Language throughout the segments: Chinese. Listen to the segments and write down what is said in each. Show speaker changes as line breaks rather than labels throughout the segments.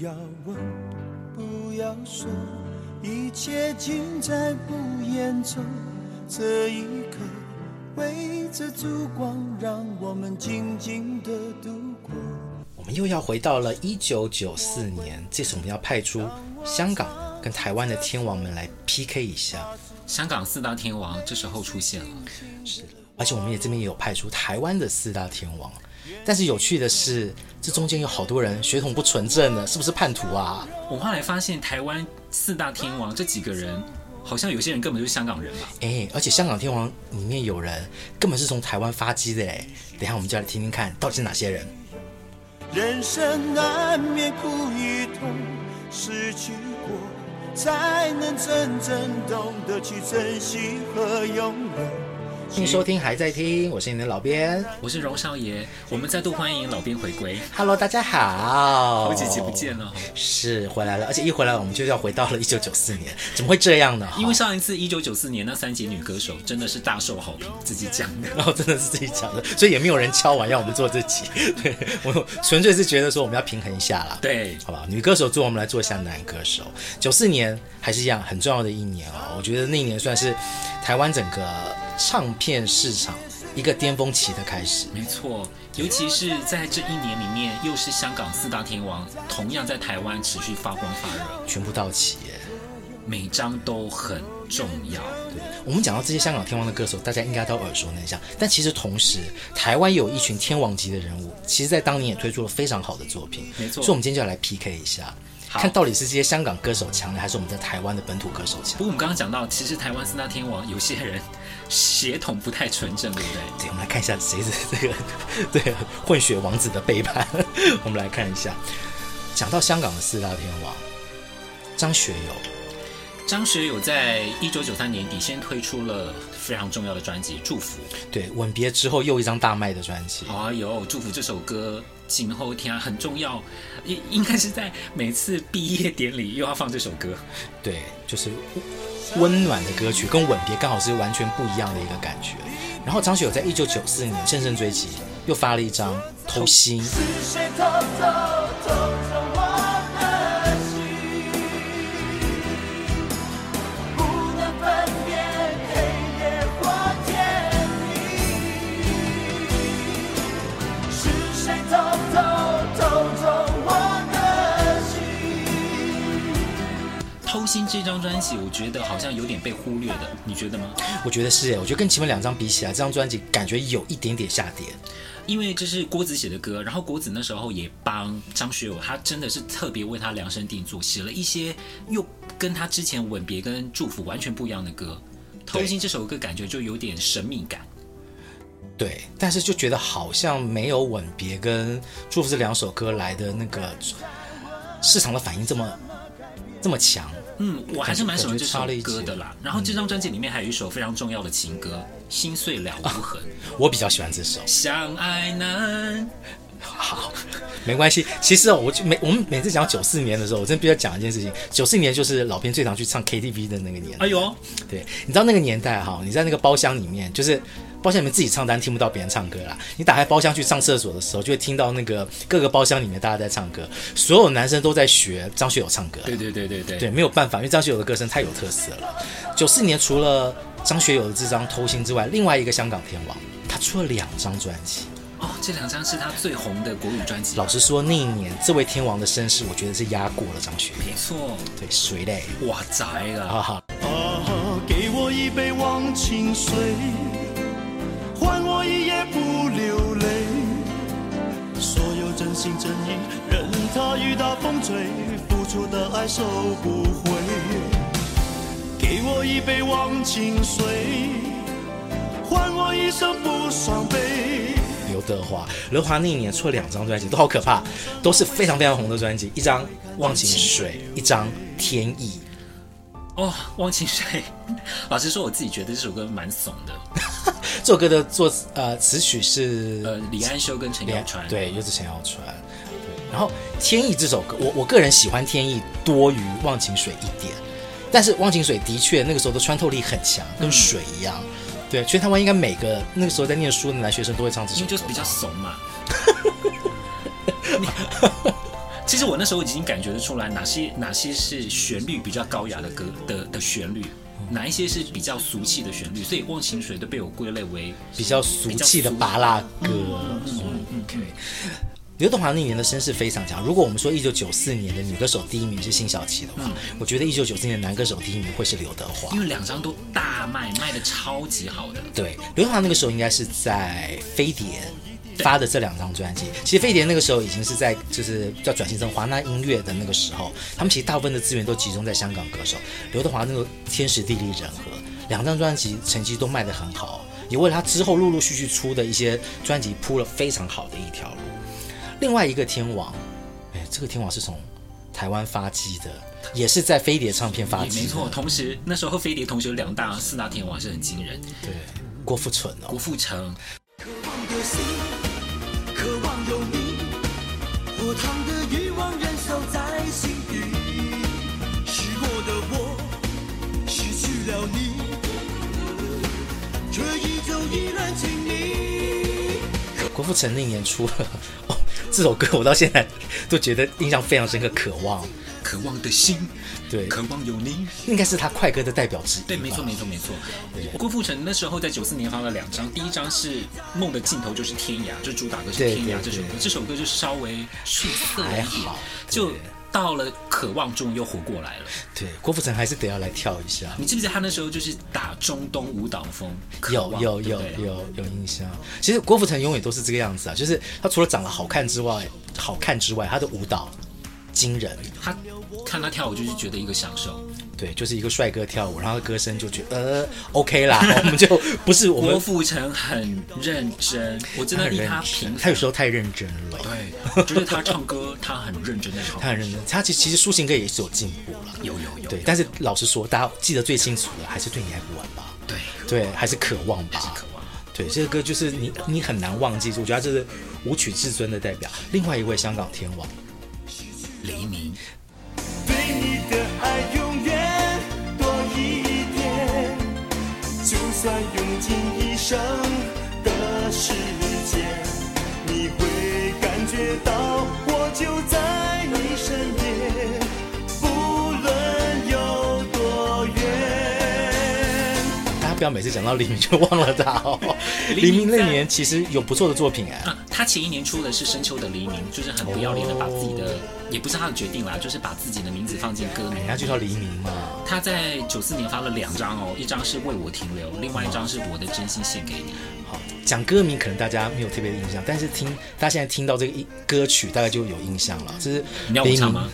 要问，不要说，一切尽在不言中。这一刻，围着烛光，让我们静静的度过。
我们又要回到了一九九四年，这次我们要派出香港跟台湾的天王们来 PK 一下。
香港四大天王这时候出现了，
是的，而且我们也这边也有派出台湾的四大天王。但是有趣的是，这中间有好多人血统不纯正的，是不是叛徒啊？
我后来发现台湾四大天王这几个人，好像有些人根本就是香港人吧？
哎，而且香港天王里面有人根本是从台湾发迹的哎。等一下我们就来听听看，到底是哪些人？
人生难免苦与痛，失去过，才能真正懂得去珍惜和拥有。
欢迎收听，还在听，我是你的老编
我是荣少爷，我们再度欢迎老编回归，
，Hello，大家好，
好几集不见了哦。
是回来了，而且一回来我们就要回到了一九九四年，怎么会这样呢？
因为上一次一九九四年那三集女歌手真的是大受好评，自己讲的。
然后哦真的是自己讲的，所以也没有人敲碗要我们做这集，对 我纯粹是觉得说我们要平衡一下啦。
对，
好吧，女歌手做，我们来做一下男歌手。九四年还是一样很重要的一年哦，我觉得那一年算是台湾整个唱片市场一个巅峰期的开始。
没错，尤其是在这一年里面，又是香港四大天王同样在台湾持续发光发热，
全部到齐耶！
每张都很重要。
我们讲到这些香港天王的歌手，大家应该都耳熟能详。但其实同时，台湾也有一群天王级的人物，其实，在当年也推出了非常好的作品。
没错
所以我们今天就要来 PK 一下，
好
看到底是这些香港歌手强呢，还是我们在台湾的本土歌手强
不？过我们刚刚讲到，其实台湾四大天王有些人血统不太纯正，对不对？
对，我们来看一下谁是这个 对混血王子的背叛。 我们来看一下，讲到香港的四大天王，张学友，
张学友在一九九三年底先推出了非常重要的专辑《祝福
对，吻别之后又一张大卖的专辑》。，
哎呦，《祝福》这首歌今后天啊很重要，应应该是在每次毕业典礼又要放这首歌。
对，就是温暖的歌曲，跟吻别刚好是完全不一样的一个感觉。然后张学友在一九九四年乘胜追击，又发了一张《偷心》。
是谁偷偷偷走我的心？不能分辨黑夜或天明。是谁偷偷偷走我的心？
《偷心》这张专辑，我觉得好像有点被忽略的，你觉得吗？
我觉得是耶，我觉得跟前面两张比起来，这张专辑感觉有一点点下跌。
因为这是郭子写的歌，然后郭子那时候也帮张学友，他真的是特别为他量身定做，写了一些又跟他之前《吻别》跟《祝福》完全不一样的歌。《偷心》这首歌感觉就有点神秘感，
对，但是就觉得好像没有《吻别》跟《祝福》这两首歌来的那个市场的反应这么这么强。
嗯，我还是蛮喜欢这首
感觉差了
歌
一
的
截
啦。然后这张专辑里面还有一首非常重要的情歌《心碎了无痕》，
我比较喜欢这首。
相爱难。
好，没关系。其实哦，我就每我们每次讲九四年的时候，我真的必须要讲一件事情。九四年就是老编最常去唱 KTV 的那个年代。
哎呦，
对，你知道那个年代哈，你在那个包厢里面，就是包厢里面自己唱单听不到别人唱歌啦。你打开包厢去上厕所的时候，就会听到那个各个包厢里面大家在唱歌，所有男生都在学张学友唱歌。
对对对对对，
对，没有办法，因为张学友的歌声太有特色了。九四年除了张学友的这张《偷心》之外，另外一个香港天王，他出了两张专辑。
哦，这两张是他最红的国语专辑。
老实说，那一年这位天王的身世，我觉得是压过了张学友。
没错，
对，谁嘞？
哇宅了。
哈哈，
啊，给我一杯忘情水，换我一夜不流泪。所有真心真意，任它雨打风吹，付出的爱收不回。给我一杯忘情水，换我一生不伤悲。
刘德华，刘德华那一年出了两张专辑，都好可怕，都是非常非常红的专辑。一张《忘情水》，一张《天意
哦，忘情水。 老实说，我自己觉得这首歌蛮怂的。》。
这首歌的作呃词曲是
呃，李安修跟陈
对
小川，，
对，又是陈小川。对然后《天意》这首歌，我我个人喜欢《天意》多于《忘情水》一点，但是《忘情水》的确那个时候的穿透力很强，跟水一样。对，全台湾应该每个那个时候在念书 的男学生都会唱这
因
首歌，
为就是比较怂嘛。其实我那时候已经感觉得出来，哪些哪些是旋律比较高雅的歌的的旋律，
嗯
哪一些是比较俗气的旋律，所以《忘情水》都被我归类为
比较俗气的
比较俗
拔蜡歌。嗯 OK，刘德华那年的声势非常强。如果我们说一九九四年的女歌手第一名是辛晓琪的话，我觉得一九九四年的男歌手第一名会是刘德华
因。为两张都大卖，卖的超级好的。
对，刘德华那个时候应该是在飞碟发的这两张专辑。其实飞碟那个时候已经是在就是要转型成华纳音乐的那个时候，他们其实大部分的资源都集中在香港歌手。刘德华那个天时地利人和，两张专辑成绩都卖得很好，也为了他之后陆陆续续出的一些专辑铺了非常好的一条路。另外一个天王，哎，这个天王是从台湾发迹的，也是在飞碟唱片发
也
迹的，
没错，同时那时候飞碟同时有两大四大天王是很惊人，
对，郭富城哦
郭，富城，
渴望的心，渴望有你，火烫的欲望燃烧在心底。失落的我，失去了你，这一走依然请你。
郭富城那年出了、 哦、这首歌，我到现在都觉得印象非常深刻。渴望，
渴望的心，
对，
渴望有你。
应该是他快歌的代表之一。
对，没错，没。错，没错。郭富城那时候在九四年发了两张，第一张是《梦的尽头就是天涯》，就主打歌是
对
《天涯》
对
这首歌
对，
这首歌就稍微逊色
还
一
好
点，
对
就到了渴望中又活过来了。
对，郭富城还是得要来跳一下。
你记不记得他那时候就是打中东舞蹈风？渴
有
望
有
对
有
不对
有有印象。其实郭富城永远都是这个样子啊，就是他除了长得好看之外，好看之外，他的舞蹈惊人。
他看他跳舞就是觉得一个享受。
对，就是一个帅哥跳舞，然后歌声就觉得呃 OK 啦，我们就不是我
郭
们
富城很认真，我真
他很
的替
认
他
真，
平
他
反
有。时候太认真了。
对，就是他唱歌，他很认真在唱
他。很认真，他其其实抒情歌也是有进步了，
有有有，
对，但是老实说，大家记得最清楚的还是对你爱不完吧？
对，
对，还是渴望吧？
渴望。
对，这个歌就是你你很难忘记，我觉得它这是舞曲至尊的代表。另外一位香港天王，
黎明，
对你的爱永远多一点，就算用尽一生的时间，你会感觉到我就在你身边，不论有多远。
大家不要每次讲到黎明就忘了他 哦。黎明那年其实有不错的作品哎，
啊，他前一年出的是《深秋的黎明》，就是很不要脸的把自己的，也不是他的决定啦，就是把自己的名字放进歌
人
名。
家哎就叫黎明嘛。
他在九四年发了两张哦，一张是为我停留，另外一张是我的真心献给你。
好，讲歌名可能大家没有特别的印象，但是听大家现在听到这个一歌曲大概就有印象了。这是
嗯你要
黎
我
明
唱吗？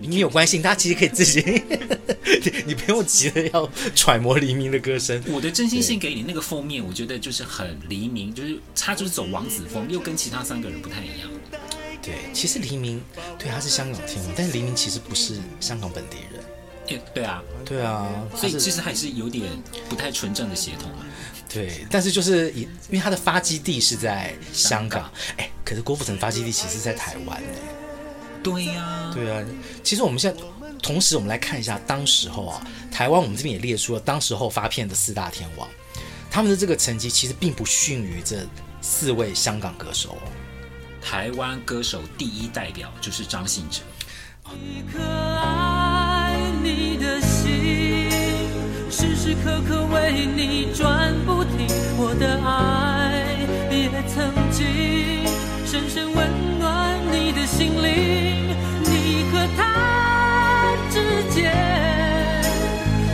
你有关系，大家其实可以自己， 你你不用急着要揣摩黎明的歌声。
我的真心献给你那个封面，我觉得就是很黎明，就是他就是走王子风，又跟其他三个人不太一样。
对，其实黎明，对，他是香港天王，但是黎明其实不是香港本地人。
哎，对啊，
对啊，
所以
他
其
是
实还是有点不太纯正的血统啊。
对，但是就是以因为他的发基地是在香港，哎，可是郭富城发基地其实是在台湾哎。
对呀、
对啊，其实我们现在。同时，我们来看一下当时候啊，台湾我们这边也列出了当时候发片的四大天王，他们的这个成绩其实并不逊于这四位香港歌手哦。
台湾歌手第一代表就是张信哲，
一颗爱你的心，时时刻刻为你转不停。我的爱也曾经深深温暖你的心灵。你和他之间，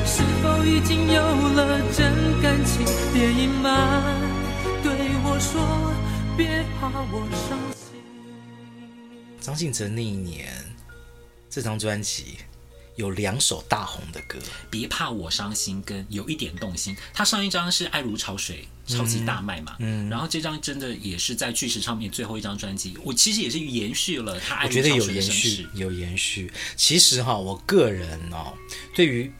是否已经有了真感情？别隐瞒，对我说，别怕我伤心。
张信哲那一年这张专辑有两首大红的歌，
别怕我伤心跟有一点动心。他上一张是爱如潮水，
嗯
超级大卖嘛，然后这张真的也是在巨石唱片最后一张专辑，我其实也是延续了他爱
我
如
觉
潮
得
水
有
的
延
声
续
势，。
有延续。其实哈，我个人哦，对于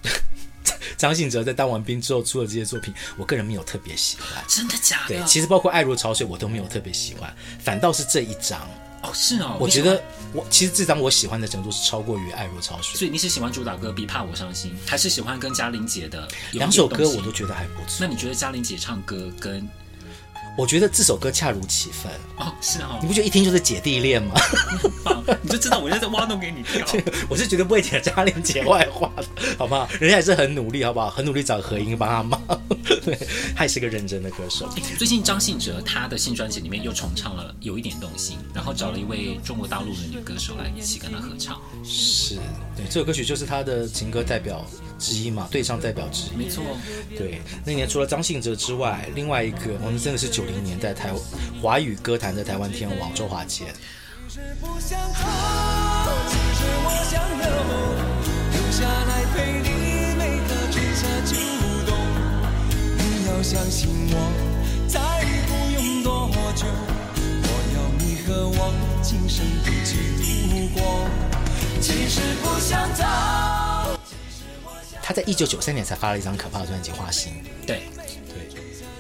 张信哲在当完兵之后出的这些作品，我个人没有特别喜欢。
真的假的？
对，其实包括《爱如潮水》，我都没有特别喜欢，反倒是这一张，
哦是哦，
我
你
觉
喜欢
得。我其实这张我喜欢的程度是超过于《爱如潮水
所》。以你是喜欢主打歌《别怕我伤心》，还是喜欢跟嘉玲姐的有一点
两首歌
动心
我都觉得还不错。
那你觉得嘉玲姐唱歌跟
我觉得这首歌恰如其分，
哦，是哦
你，不觉得一听就是姐弟恋吗？
很棒，你就知道我就在挖洞给你跳。
我是绝对不会讲家恋姐外话的，好不好？人家也是很努力，好不好？很努力找合音帮他忙， 对，他也是个认真的歌手。
最近张信哲他的新专辑里面又重唱了《有一点动心》，然后找了一位中国大陆的女歌手来一起跟他合唱。
是，对，这首歌曲就是他的情歌代表之一嘛，对唱代表之一。
没错，哦
对，那年除了张信哲之外，另外一个我们真的是九零年代台华语歌坛的台湾天王周华健。
是不想逃，其实我想留，留下来陪你每个春夏秋冬。你要相信我，再不用多久，我要你和我今生一起度过。其实不想逃。
他在一九九三年才发了一张可怕的专辑《花心》。
对。
对，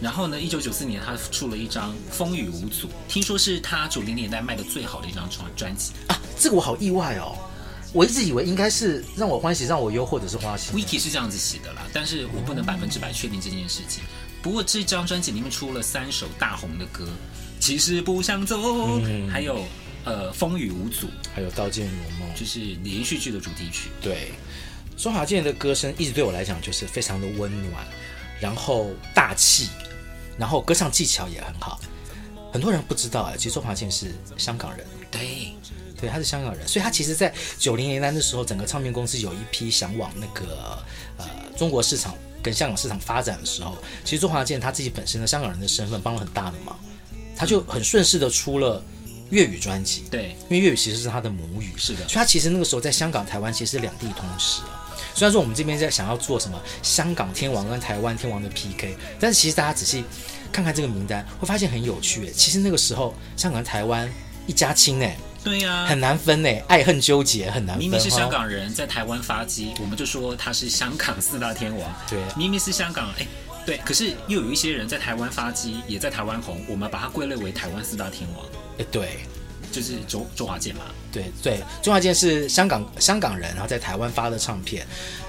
然后呢，一九九四年他出了一张《风雨无阻》，听说是他九零年代卖的最好的一张专专辑。
啊，这个我好意外哦，我一直以为应该是《让我欢喜让我忧》或者是《花心》。
Wiki 是这样子写的啦，但是我不能百分之百确定这件事情。不过这张专辑里面出了三首大红的歌，《其实不想走》，还有呃《风雨无阻》，
还有《刀剑如梦》。
就是连续剧的主题曲。
对，周华健的歌声一直对我来讲就是非常的温暖，然后大气，然后歌唱技巧也很好。很多人不知道啊，其实周华健是香港人，
对，
对，他是香港人，所以他其实，在九零年代的时候，整个唱片公司有一批想往那个呃中国市场跟香港市场发展的时候，其实周华健他自己本身的香港人的身份帮了很大的忙，他就很顺势的出了粤语专辑，
对，
因为粤语其实是他的母语，
是的
所以他其实那个时候在香港、台湾其实是两地通吃啊。虽然说我们这边在想要做什么香港天王跟台湾天王的 PK，但是其实大家仔细看看这个名单，会发现很有趣耶。其实那个时候香港、台湾一家亲哎，
对呀、
很难分哎，爱恨纠结很难分。
啊明明是
哈
香，港人在台湾发迹，我们就说他是香港四大天王。
对
明明是香港，哎，对，可是又有一些人在台湾发迹，也在台湾红，我们把它归类为台湾四大天王，
哎对
就是周周华健嘛。
对对，周华健是香港香港人，然后在台湾发的唱片。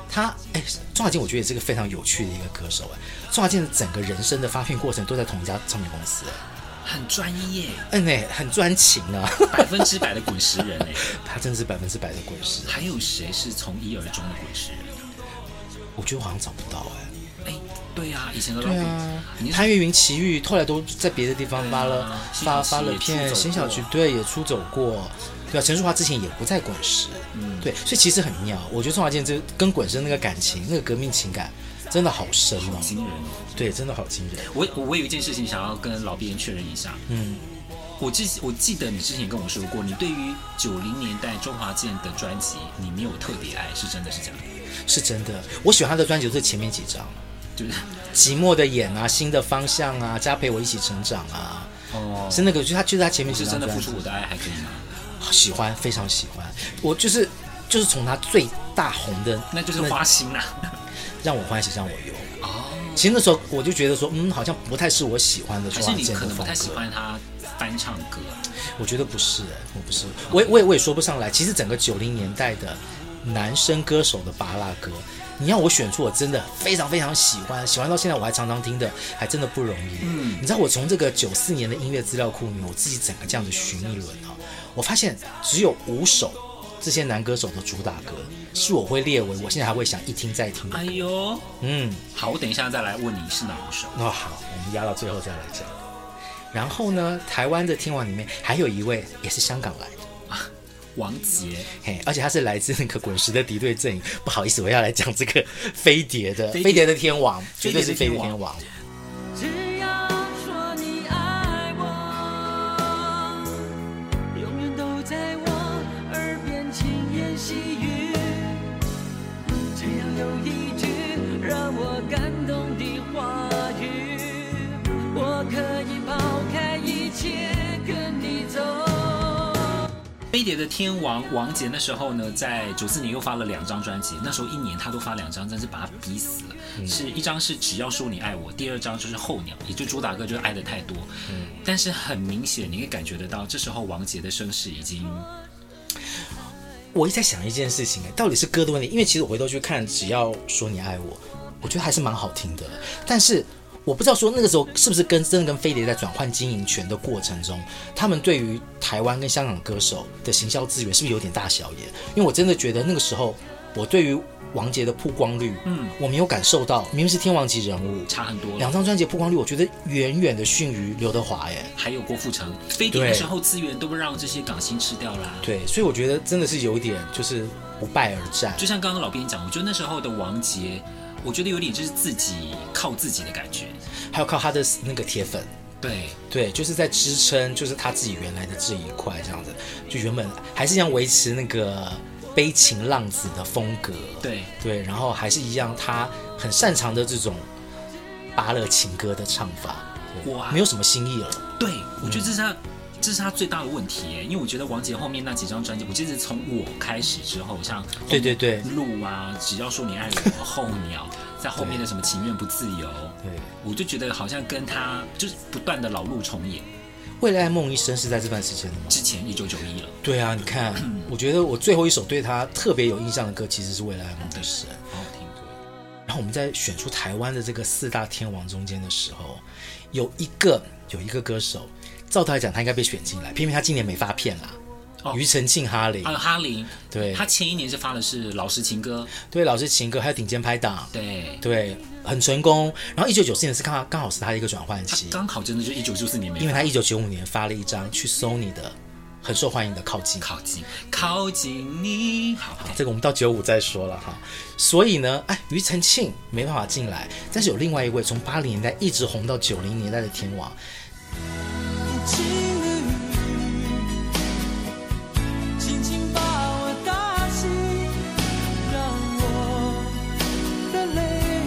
他哎，周华健我觉得也是个非常有趣的一个歌手哎。周华健的整个人生的发片过程都在同一家唱片公司哎。
很专业，
嗯哎，很专情啊，
百分之百的滚石人哎，
他真是百分之百的滚石，
还有谁是从一而终的滚石人？
我觉得我好像找不到哎、
哎，对呀、以前的老
对
滚，
啊
你，是
潘越云奇遇后来都在别的地方发了、
对啊
发发了
辛晓琪也出走
片，
过
辛晓琪对也出走过，对啊，陈淑桦之前也不在滚石，嗯，对，所以其实很妙，我觉得周华健这跟滚石那个感情，那个革命情感真的好深哦，
惊人哦！
对，真的好惊人，
我我有一件事情想要跟老编确认一下，
嗯，
我之我记得你之前跟我说过，你对于九零年代周华健的专辑，你没有特别爱，是真的是假的？
是真的，我喜欢他的专辑就是前面几张，
就是
寂寞的眼啊，新的方向啊，加陪我一起成长啊，
哦，
是那个，就是他就是他前面
是
几张
真的
专
付
辑
出我的爱还可以吗？
喜欢，非常喜欢。我就是就是从他最大红的，
那就是花心啦、
让我欢喜让我忧。
哦，
其实那时候我就觉得说，嗯，好像不太是我喜欢的
还
周
是
华
你
健
可
的
能不
风
太喜
格。
欢他翻唱歌，啊
我觉得不是、欸我不是，我也我也我也说不上来。其实整个九零年代的男生歌手的巴拉歌，你要我选出我真的非常非常喜欢，喜欢到现在我还常常听的，还真的不容易。嗯，你知道我从这个九四年的音乐资料库里面，我自己整个这样子寻一轮啊，我发现只有五首这些男歌手的主打歌是我会列为我现在还会想一听再听的。
哎呦，
嗯，
好，我等一下再来问你是哪五首。
那、哦好，我们压到最后再来讲。然后呢，台湾的天王里面还有一位也是香港来的。
王杰，
嘿，而且他是来自那个滚石的敌对阵营。不好意思，我要来讲这个飞碟的
飞碟
飞碟的天王，绝
飞碟的
对是飞碟
天
天王。
只要说你爱我，永远都在我耳边轻言细语。只要有一句让我感动的话语，我可以抛开一切跟你走。
飞碟的天王王杰那时候呢，在九四年又发了两张专辑，那时候一年他都发两张，真是把他逼死了。
嗯
是一张是只要说你爱我，第二张就是候鸟，也就主打歌就是爱的太多。
嗯
但是很明显，你可以感觉得到，这时候王杰的声势已经
我一直在想一件事情，哎，到底是歌的问题？因为其实我回头去看，只要说你爱我，我觉得还是蛮好听的。但是我不知道说那个时候是不是跟真的跟飞碟在转换经营权的过程中，他们对于台湾跟香港歌手的行销资源是不是有点大小眼？因为我真的觉得那个时候我对于王杰的曝光率，嗯，我没有感受到，明明是天王级人物，
差很多了
两张专辑的曝光率，我觉得远远的逊于刘德华耶。
还有郭富城，飞碟
对
的时候资源都不让这些港星吃掉啦。
对，所以我觉得真的是有一点就是不败而战。
就像刚刚老编讲，我觉得那时候的王杰，我觉得有点就是自己靠自己的感觉。
还有靠他的那个铁粉，
对，
对，就是在支撑，就是他自己原来的这一块这样子，就原本还是一样维持那个悲情浪子的风格，
对
对，然后还是一样他很擅长的这种芭乐情歌的唱法，对
哇
没有什么新意了，
对，我觉得这是他。这是他最大的问题耶，因为我觉得王杰后面那几张专辑，我记得从我开始之后，像
对对对
路啊，只要说你爱我，候鸟，在后面的什么情愿不自由，
对，
我就觉得好像跟他就是不断的老路重演。
为了爱梦一生是在这段时间的吗？
之前一九九一了，
对啊，你看，我觉得我最后一首对他特别有印象的歌其实是为了爱梦一生。
好好听。
然后我们在选出台湾的这个四大天王中间的时候，有一个有一个歌手，照道理讲他应该被选进来，偏偏他今年没发片啦。
哦
庾澄庆、哈林，
还有哈林，
对
他前一年是发的是《老实情歌
对，老师情歌，还有顶尖拍档》，，
对，
对，很成功。然后一九九四年是刚好刚好是他的一个转换
他
期，
刚好真的就一九九四年没
因为
发
他一九九五年发了一张去 Sony 的很受欢迎的《靠近》。
靠近，靠近你，好，好
这个我们到九五再说了哈。所以呢，哎，庾澄庆没办法进来，但是有另外一位从八零年代一直红到九零年代的天王，
情侣，紧紧把我打醒，让我的泪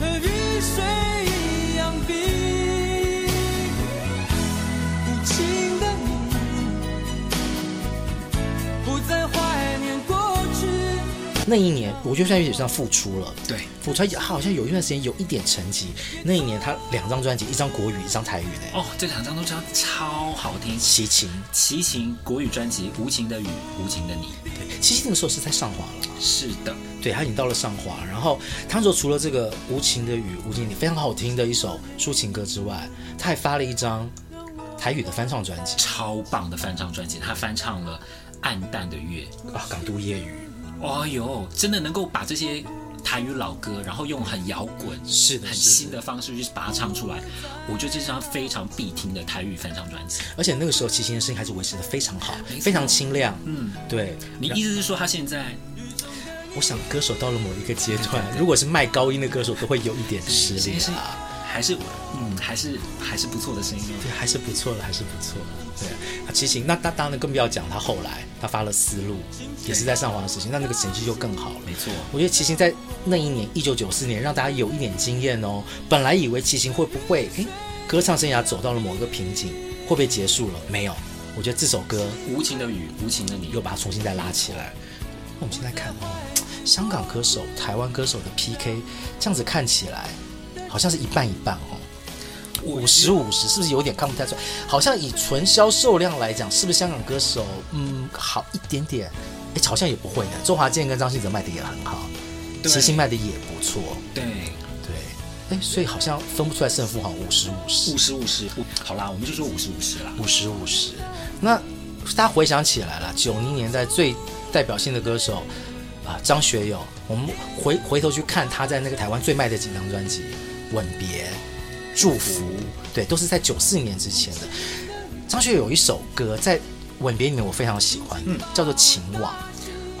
和雨水一样冰。无情的你，不再怀念过去。
那一年，我觉得算有点像复出了。
对，
复出他好像有一段时间有一点成绩。那一年他两张专辑，一张国语，一张台语呢。
哦，这两张都超超好听。
齐秦，
齐秦国语专辑《无情的雨，无情的你
对，齐秦那个时候是在上华了嘛》，？
是的，
对，他已经到了上华。然后他那时候除了这个《无情的雨》，《无情的你》非常好听的一首抒情歌之外，他还发了一张台语的翻唱专辑
超棒的翻唱专辑，他翻唱了《暗淡的月
啊，《港都夜雨》。》。
哦呦，真的能够把这些台语老歌，然后用很摇滚、
是的
很
是的
新的方式去把它唱出来，我觉得这是张非常必听的台语翻唱专辑。
而且那个时候齐秦的声音还是维持的非常好
没，错
非常清亮。嗯，对。
你意思是说他现在
我想歌手到了某一个阶段，如果是卖高音的歌手，都会有一点失
声
礼
音是
啊。
还是嗯还是还是不错的声音
对
哦？
还是不错的，还是不错的。对啊，齐秦那那当然更不要讲，他后来他发了《丝路》，也是在上华的事情，那那个成绩就更好了。
没错
我觉得齐秦在那一年一九九四年让大家有一点惊艳哦。本来以为齐秦会不会诶歌唱生涯走到了某一个瓶颈，会不会结束了？没有，我觉得这首歌
无情的雨，无情的你
又，把它重新再拉起来。那我们现在看哦，香港歌手、台湾歌手的 PK，这样子看起来好像是一半一半哦。五十五十是不是有点看不太出来？好像以纯销售量来讲，是不是香港歌手嗯好一点点？哎，好像也不会呢。周华健跟张信哲卖的也很好，
对
齐秦卖的也不错，
对。
对。哎，所以好像分不出来胜负哈，五十五十
五，十五十，好啦，我们就说五十五十啦。
五十五十。那大家回想起来了，九零年代最代表性的歌手啊、张学友。我们回回头去看他在那个台湾最卖的几张专辑，《吻别》《祝福》，对，都是在九四年之前的。张学友有一首歌在《吻别》里面我非常喜欢，叫做《情网》。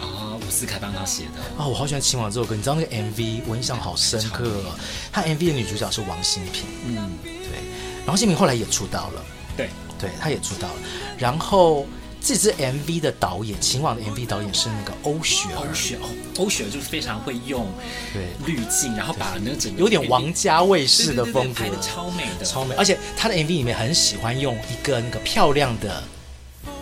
啊，伍思凯帮他写的，
啊、我好喜欢《秦王》这首歌，你知道那个 MV 我印象好深刻、哦。他 MV 的女主角是王心平，嗯，对。然后心平后来也出道了，
对，
对，她也出道了。然后这支 MV 的导演，《秦王》的 MV 导演是那个欧雪儿
欧，雪哦，欧雪就是非常会用
对
滤镜，然后把那整个
有点王家卫式
对对
的
对
风格，
拍的超美的，
超美。而且她的 MV 里面很喜欢用一个那个漂亮的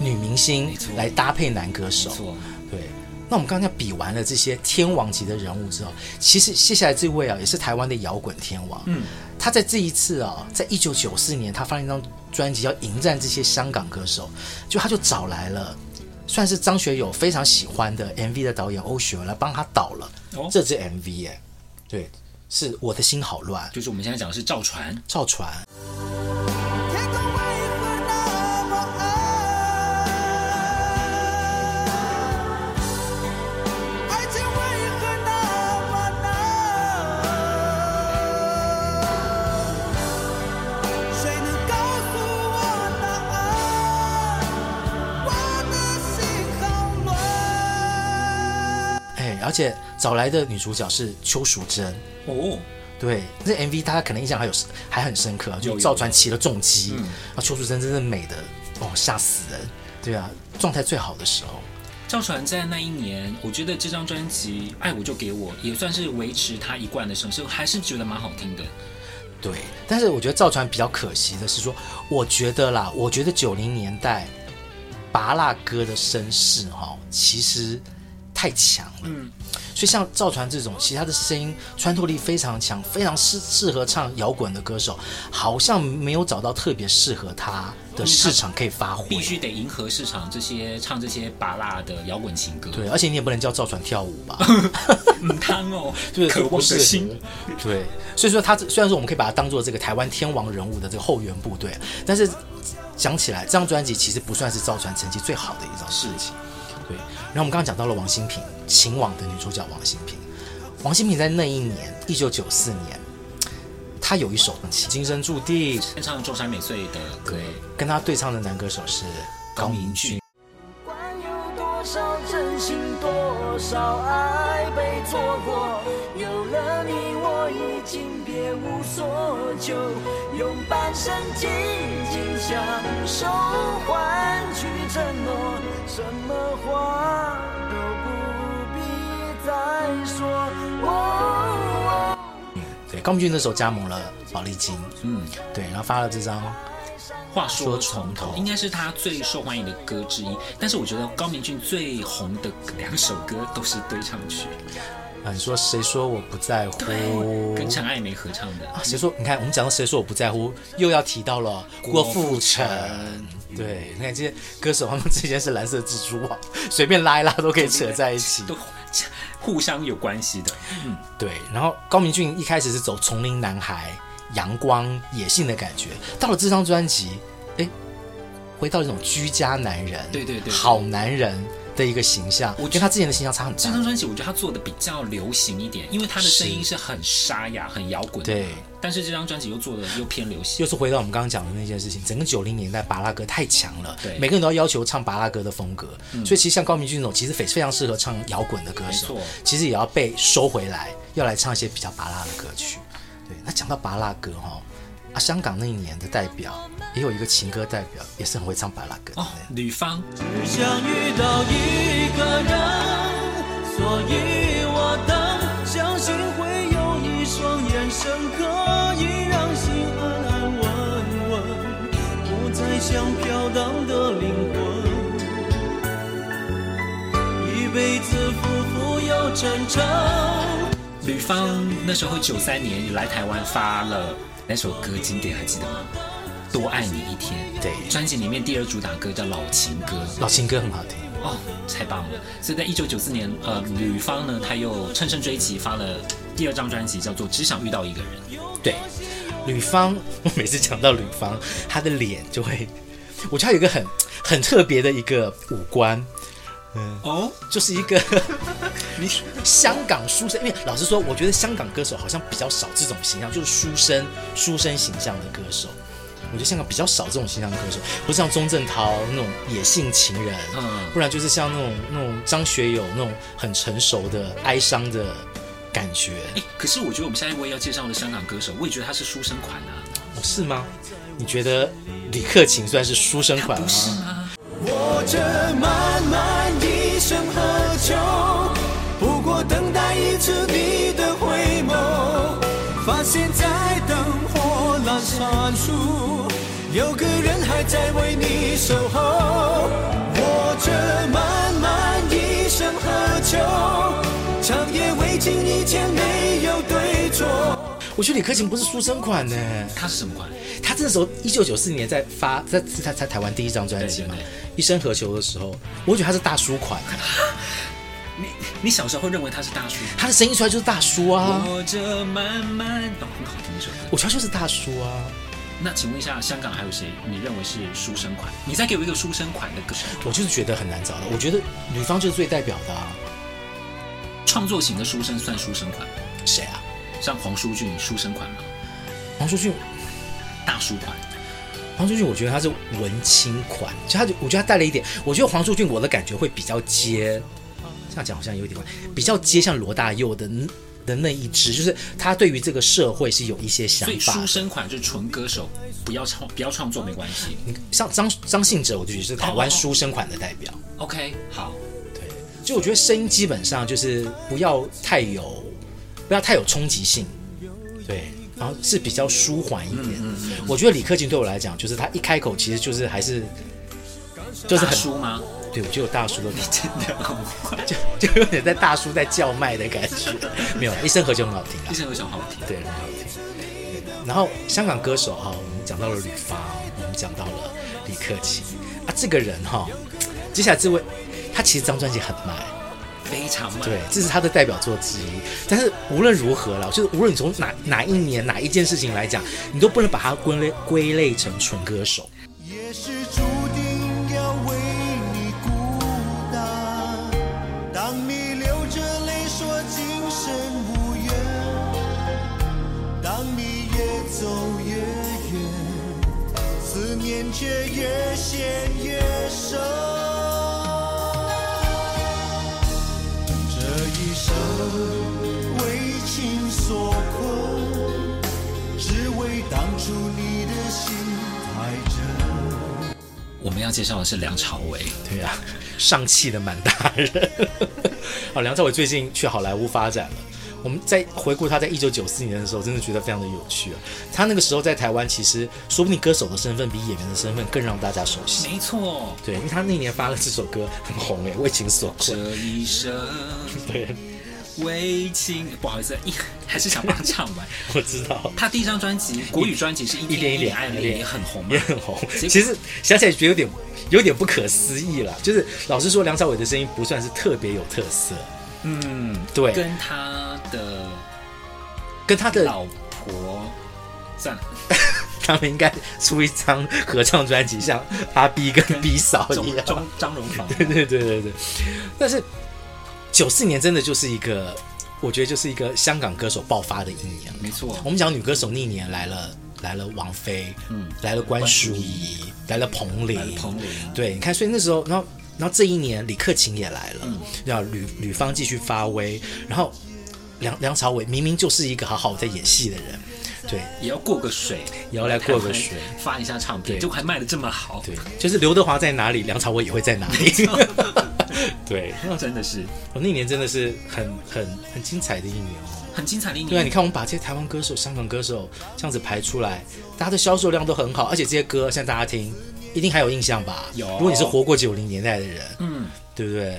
女明星
没错
来搭配男歌手
没，错。
对，那我们刚才比完了这些天王级的人物之后，其实接下来这位啊，也是台湾的摇滚天王。嗯，他在这一次啊，在一九九四年，他发了一张专辑，要迎战这些香港歌手，就他就找来了，算是张学友非常喜欢的 MV 的导演欧雪儿来帮他导了、
哦
这支 MV 耶。对，是我的心好乱，
就是我们现在讲的是赵传，
赵传。
天空为何那么暗？爱情为何那么难？谁能告诉我答案？我的心好乱。
哎，而且找来的女主角是邱淑贞，
哦，
对，这 MV 大家可能印象还有还很深刻啊，
有
就
有
赵传骑了重机
嗯，
啊，邱淑贞真的美的哦，吓死人，对啊，状态最好的时候，
赵传在那一年，我觉得这张专辑《爱我就给我》也算是维持他一贯的声势，还是觉得蛮好听的。
对，但是我觉得赵传比较可惜的是说，我觉得啦，我觉得九零年代拔蜡哥的声势哈、其实太强了。
嗯
所以像赵传这种，其实他的声音穿透力非常强，非常适适合唱摇滚的歌手，好像没有找到特别适合他的市场可以发挥。
嗯必须得迎合市场这些唱这些拔辣的摇滚情歌，
对，而且你也不能叫赵传跳舞 吧？
嗯，汤哦，
对，
渴望
不适
的
合
心，。
对，所以说他虽然说我们可以把它当做这个台湾天王人物的这个后援部队，但是讲起来，这张专辑其实不算是赵传成绩最好的一张事情。对，然后我们刚刚讲到了王心平，《情网》的女主角王心平。王心平在那一年，一九九四年，她有一首《今生注定》，
唱中山美穗的歌，
跟她对唱的男歌手是高明俊。
管有多少真心，多少爱被错过。有了你，我已经别无所求，用半生紧紧相守，换取承诺，什么话都不必再说。哦，
对，高明俊那时候加盟了宝丽金，
嗯，
对，然后发了这张
话
说
说
从
从
头
头，应该是他最受欢迎的歌之一。但是我觉得高明俊最红的两首歌都是对唱曲，
嗯，说谁说我不在乎？
跟陈爱梅合唱的。
啊，谁说？你看，我们讲到谁说我不在乎，又要提到了郭富城。对，你看这些歌手，他们之间是蓝色蜘蛛网，随便拉一拉都可以扯在一起。
都互相有关系的，
对，然后高明俊一开始是走丛林男孩、阳光、野性的感觉，到了这张专辑，哎，回到一种居家男人，
对对对对
好男人的一个形象，
我
跟
觉
他之前的形象差很
这张
大。
专辑我觉得他做的比较流行一点，因为他的声音是很沙哑、很摇滚的。
对，
但是这张专辑又做的又偏流行
又。是回到我们刚刚讲的那件事情，整个九零年代巴拉歌太强了，
对嗯
每个人都要要求唱巴拉歌的风格，所以其实像高明俊这种，其实非非常适合唱摇滚的歌手
没错，
其实也要被收回来，要来唱一些比较巴拉的歌曲。对，那讲到巴拉歌哈、啊，香港那一年的代表也有一个情歌代表，也是很会唱巴拉歌的。
哦，吕方，
只想遇到一个人，所以我等，相信会有一双眼神可以让心安安稳稳，不再像飘荡的灵魂，一辈子浮浮又沉沉。
吕方那时候九三年来台湾发了那首歌经典，还记得吗？多爱你一天，
对
专辑里面第二主打歌叫《老情歌》，
老情歌很好听，
哦，太棒了！所以在一九九四年，呃，吕方呢，他又乘胜追击，发了第二张专辑，叫做《只想遇到一个人》。
对，吕方， 我每次讲到吕方，他的脸就会，我觉得他有一个很很特别的一个五官，
哦，
就是一个 你香港书生，因为老实说，我觉得香港歌手好像比较少这种形象，就是书生书生形象的歌手。我觉得香港比较少这种形象的歌手，不是像钟镇涛那种野性情人，
嗯
不然就是像那种那种张学友那种很成熟的哀伤的感觉，
哎，可是我觉得我们下一位要介绍的香港歌手，我也觉得他是书生款啊，
哦是吗？你觉得李克勤算是书生款
不
吗？
是吗？
我这漫漫一生何求？不过等待一次你的回眸，发现在灯火阑珊处，有个人还在为你守候。我这漫漫一生何求？长夜未尽，以前没有对错。
我觉得李克勤不是书生款呢、
他是什么款？
他这时候一九九四年在发在在在台湾第一张专辑嘛，
对对对
一生何求》的时候，我觉得他是大叔款，
你小时候认为他是大叔，
他的声音出来就是大叔啊，
活着慢慢哦，很好听这首歌。
我觉得他就是大叔啊。
那请问一下，香港还有谁你认为是书生款？你再给我一个书生款的歌手，
我就是觉得很难找到，我觉得女方就是最代表的啊。
创作型的书生算书生款吗，
谁啊？
像黄舒骏书生款吗？
黄舒骏，
大叔款，
黄舒骏，我觉得他是文青款，就他就我觉得他带了一点，我觉得黄舒骏我的感觉会比较接，这样讲好像有点怪，比较接像罗大佑的的那一支，就是他对于这个社会是有一些想
所以
法
书
的。
生款就是纯歌手，不要创不要创作没关系。
像张张信哲，我就觉得是台湾书生款的代
哦
表。
OK，好，
对，就我觉得声音基本上就是不要太有，不要太有冲击性，对，然后是比较舒缓一点。
嗯
我觉得李克勤对我来讲，就是他一开口其实就是还是就是
大
很
叔吗？
对我就有大叔的感觉，
真的好坏，
就就有点在大叔在叫卖的感 觉，没有啦，一声和就很好听啊
一
啦，
生有什么好听？
对，很好听。然后香港歌手哈、我们讲到了吕方，我们讲到了李克勤啊，这个人哈、接啊下来这位他其实这张专辑很卖。
非常慢。
对，这是他的代表作之一。但是无论如何啦，就是无论你从哪哪一年哪一件事情来讲，你都不能把它归类归类成纯歌手。
也是注定要为你孤单。当你流着泪说今生无缘，当你越走越远，思念却越陷越深。这一生为情所困。只为当初你的心太真。
我们要介绍的是梁朝伟，
对啊，上气的满大人。 好，梁朝伟最近去好莱坞发展了。我们在回顾他在一九九四年的时候，真的觉得非常的有趣啊。他那个时候在台湾，其实说不定歌手的身份比演员的身份更让大家熟悉。
没错。
对，因为他那年发了这首歌很红诶，为情所困。
这一生
对，
为情，不好意思，一还是想帮他唱完。
我知道。
他第一张专辑国语专辑是《一
一
天
点一
点
点
爱恋》，也很红嘛，
也很红。
结果
其实想起来觉得有点有点不可思议啦，就是老实说，梁朝伟的声音不算是特别有特色，
嗯，
对，跟
跟他的
他的
老婆，算了，
他们应该出一张合唱专辑，像阿 B 跟 B 嫂一
钟
样。
钟张荣芳，
对对对对对。但是九四年真的就是一个，我觉得就是一个香港歌手爆发的一年。
没错，
我们讲女歌手那一年来了，来了王菲，
嗯
来了关
关淑
淑怡，来了彭
来了彭羚
对，你看，所以那时候，然后，然后这一年李克勤也来了，
嗯
然后吕吕方继续发威，然后梁梁朝伟明明就是一个好好在演戏的人，对
也要过个水，
也要来过个水
台湾发一下唱片，
对
就还卖的这么好，
对，就是刘德华在哪里，梁朝伟也会在哪里。 对，
真的是
我那年真的是很很很精彩的一年哦。
很精彩的一
对啊，你
年。
看我们把这些台湾歌手、香港歌手这样子排出来，大家的销售量都很好，而且这些歌现在大家听，一定还有印象吧？
有
如果你是活过九零年代的人，
嗯，
对不对？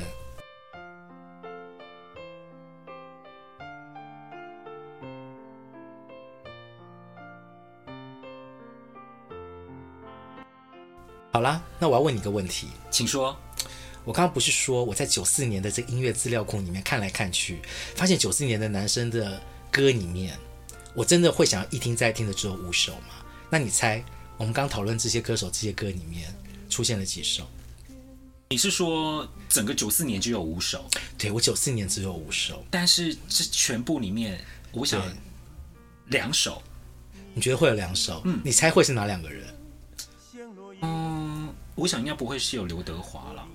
好啦，那我要问你一个问题。
请说，
我刚刚不是说我在九四年的这个音乐资料库里面看来看去，发现九四年的男生的歌里面，我真的会想要一听再听的只有五首吗？那你猜，我们刚讨论这些歌手这些歌里面出现了几首？
你是说整个九四年就有五首，
对我九四年只有五首，
但是这全部里面，我想
对
两首，
你觉得会有两首？你猜会是哪两个人？
嗯，我想应该不会是有刘德华 了。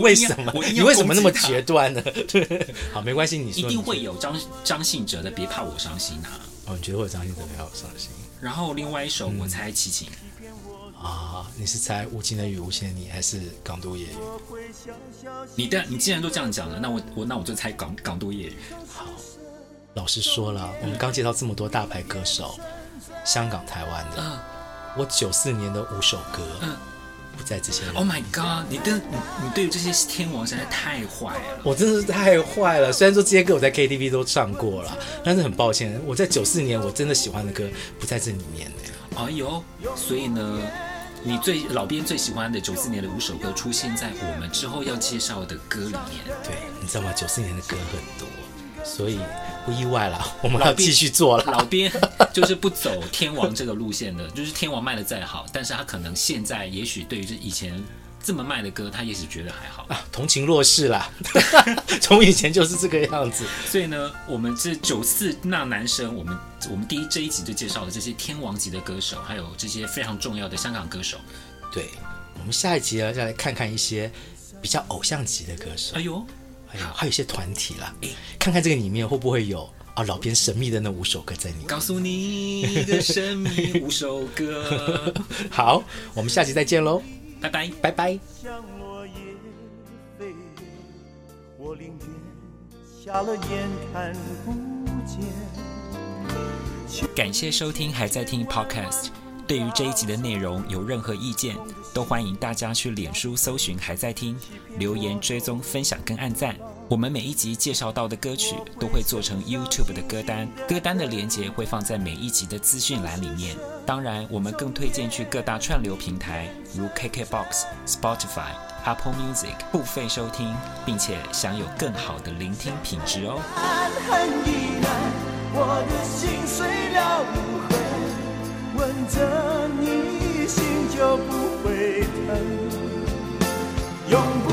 为什么
我？硬要
你为什么那么
攻击他
决断呢？ 对，好，没关系，你
一
说
定会
你
有张张信哲的《别怕我伤心》啊，
说哦，你觉得会有张信哲比较伤心
然后另外一首我猜齐秦，
啊？你是猜无情的雨无限你，还是港都夜雨？
你的你既然都这样讲了，那我我那我就猜港港都夜雨，
老实说了，我们刚介绍这么多大牌歌手，香港、台湾的，
嗯
我九四年的五首歌，
嗯
不在这些人。
，Oh my god，你跟你你对于这些天王实在太坏了，
我真的是太坏了！虽然说这些歌我在 KTV 都唱过了，但是很抱歉，我在九四年我真的喜欢的歌不在这里面呢。
哎呦，所以呢，你最老编最喜欢的九四年的五首歌出现在我们之后要介绍的歌里面。
对，你知道吗？九四年的歌很多，所以不意外啦，我们要
老毕
继续做
老
了。
编就是不走天王这个路线的，就是天王卖的再好，但是他可能现在也许对于这以前这么卖的歌，他也许觉得还好。
啊，同情弱势 啦，从以前就是这个样子。
所以呢，我们这九四那男生，我们我们第一这一集就介绍了这些天王级的歌手，还有这些非常重要的香港歌手。
对，我们下一集啊要再来看看一些比较偶像级的歌手
哎，呦，
还有还有一些团体啦，看看这个里面会不会有啊老编神秘的那五首歌在里面。
告诉你一个神秘五首歌，
好，我们下集再见喽，
拜拜。
拜拜。
像落叶飞跌，我凌烟瞎了眼看不见。
感谢收听还在听 Podcast。对于这一集的内容有任何意见，都欢迎大家去脸书搜寻还在听，留言追踪、分享跟按赞。我们每一集介绍到的歌曲都会做成 YouTube 的歌单，歌单的连接会放在每一集的资讯栏里面。当然，我们更推荐去各大串流平台，如 KKBox、Spotify、Apple Music 付费收听，并且享有更好的聆听品质哦。
很依然，我的心碎了无痕，吻着你心就不会疼。用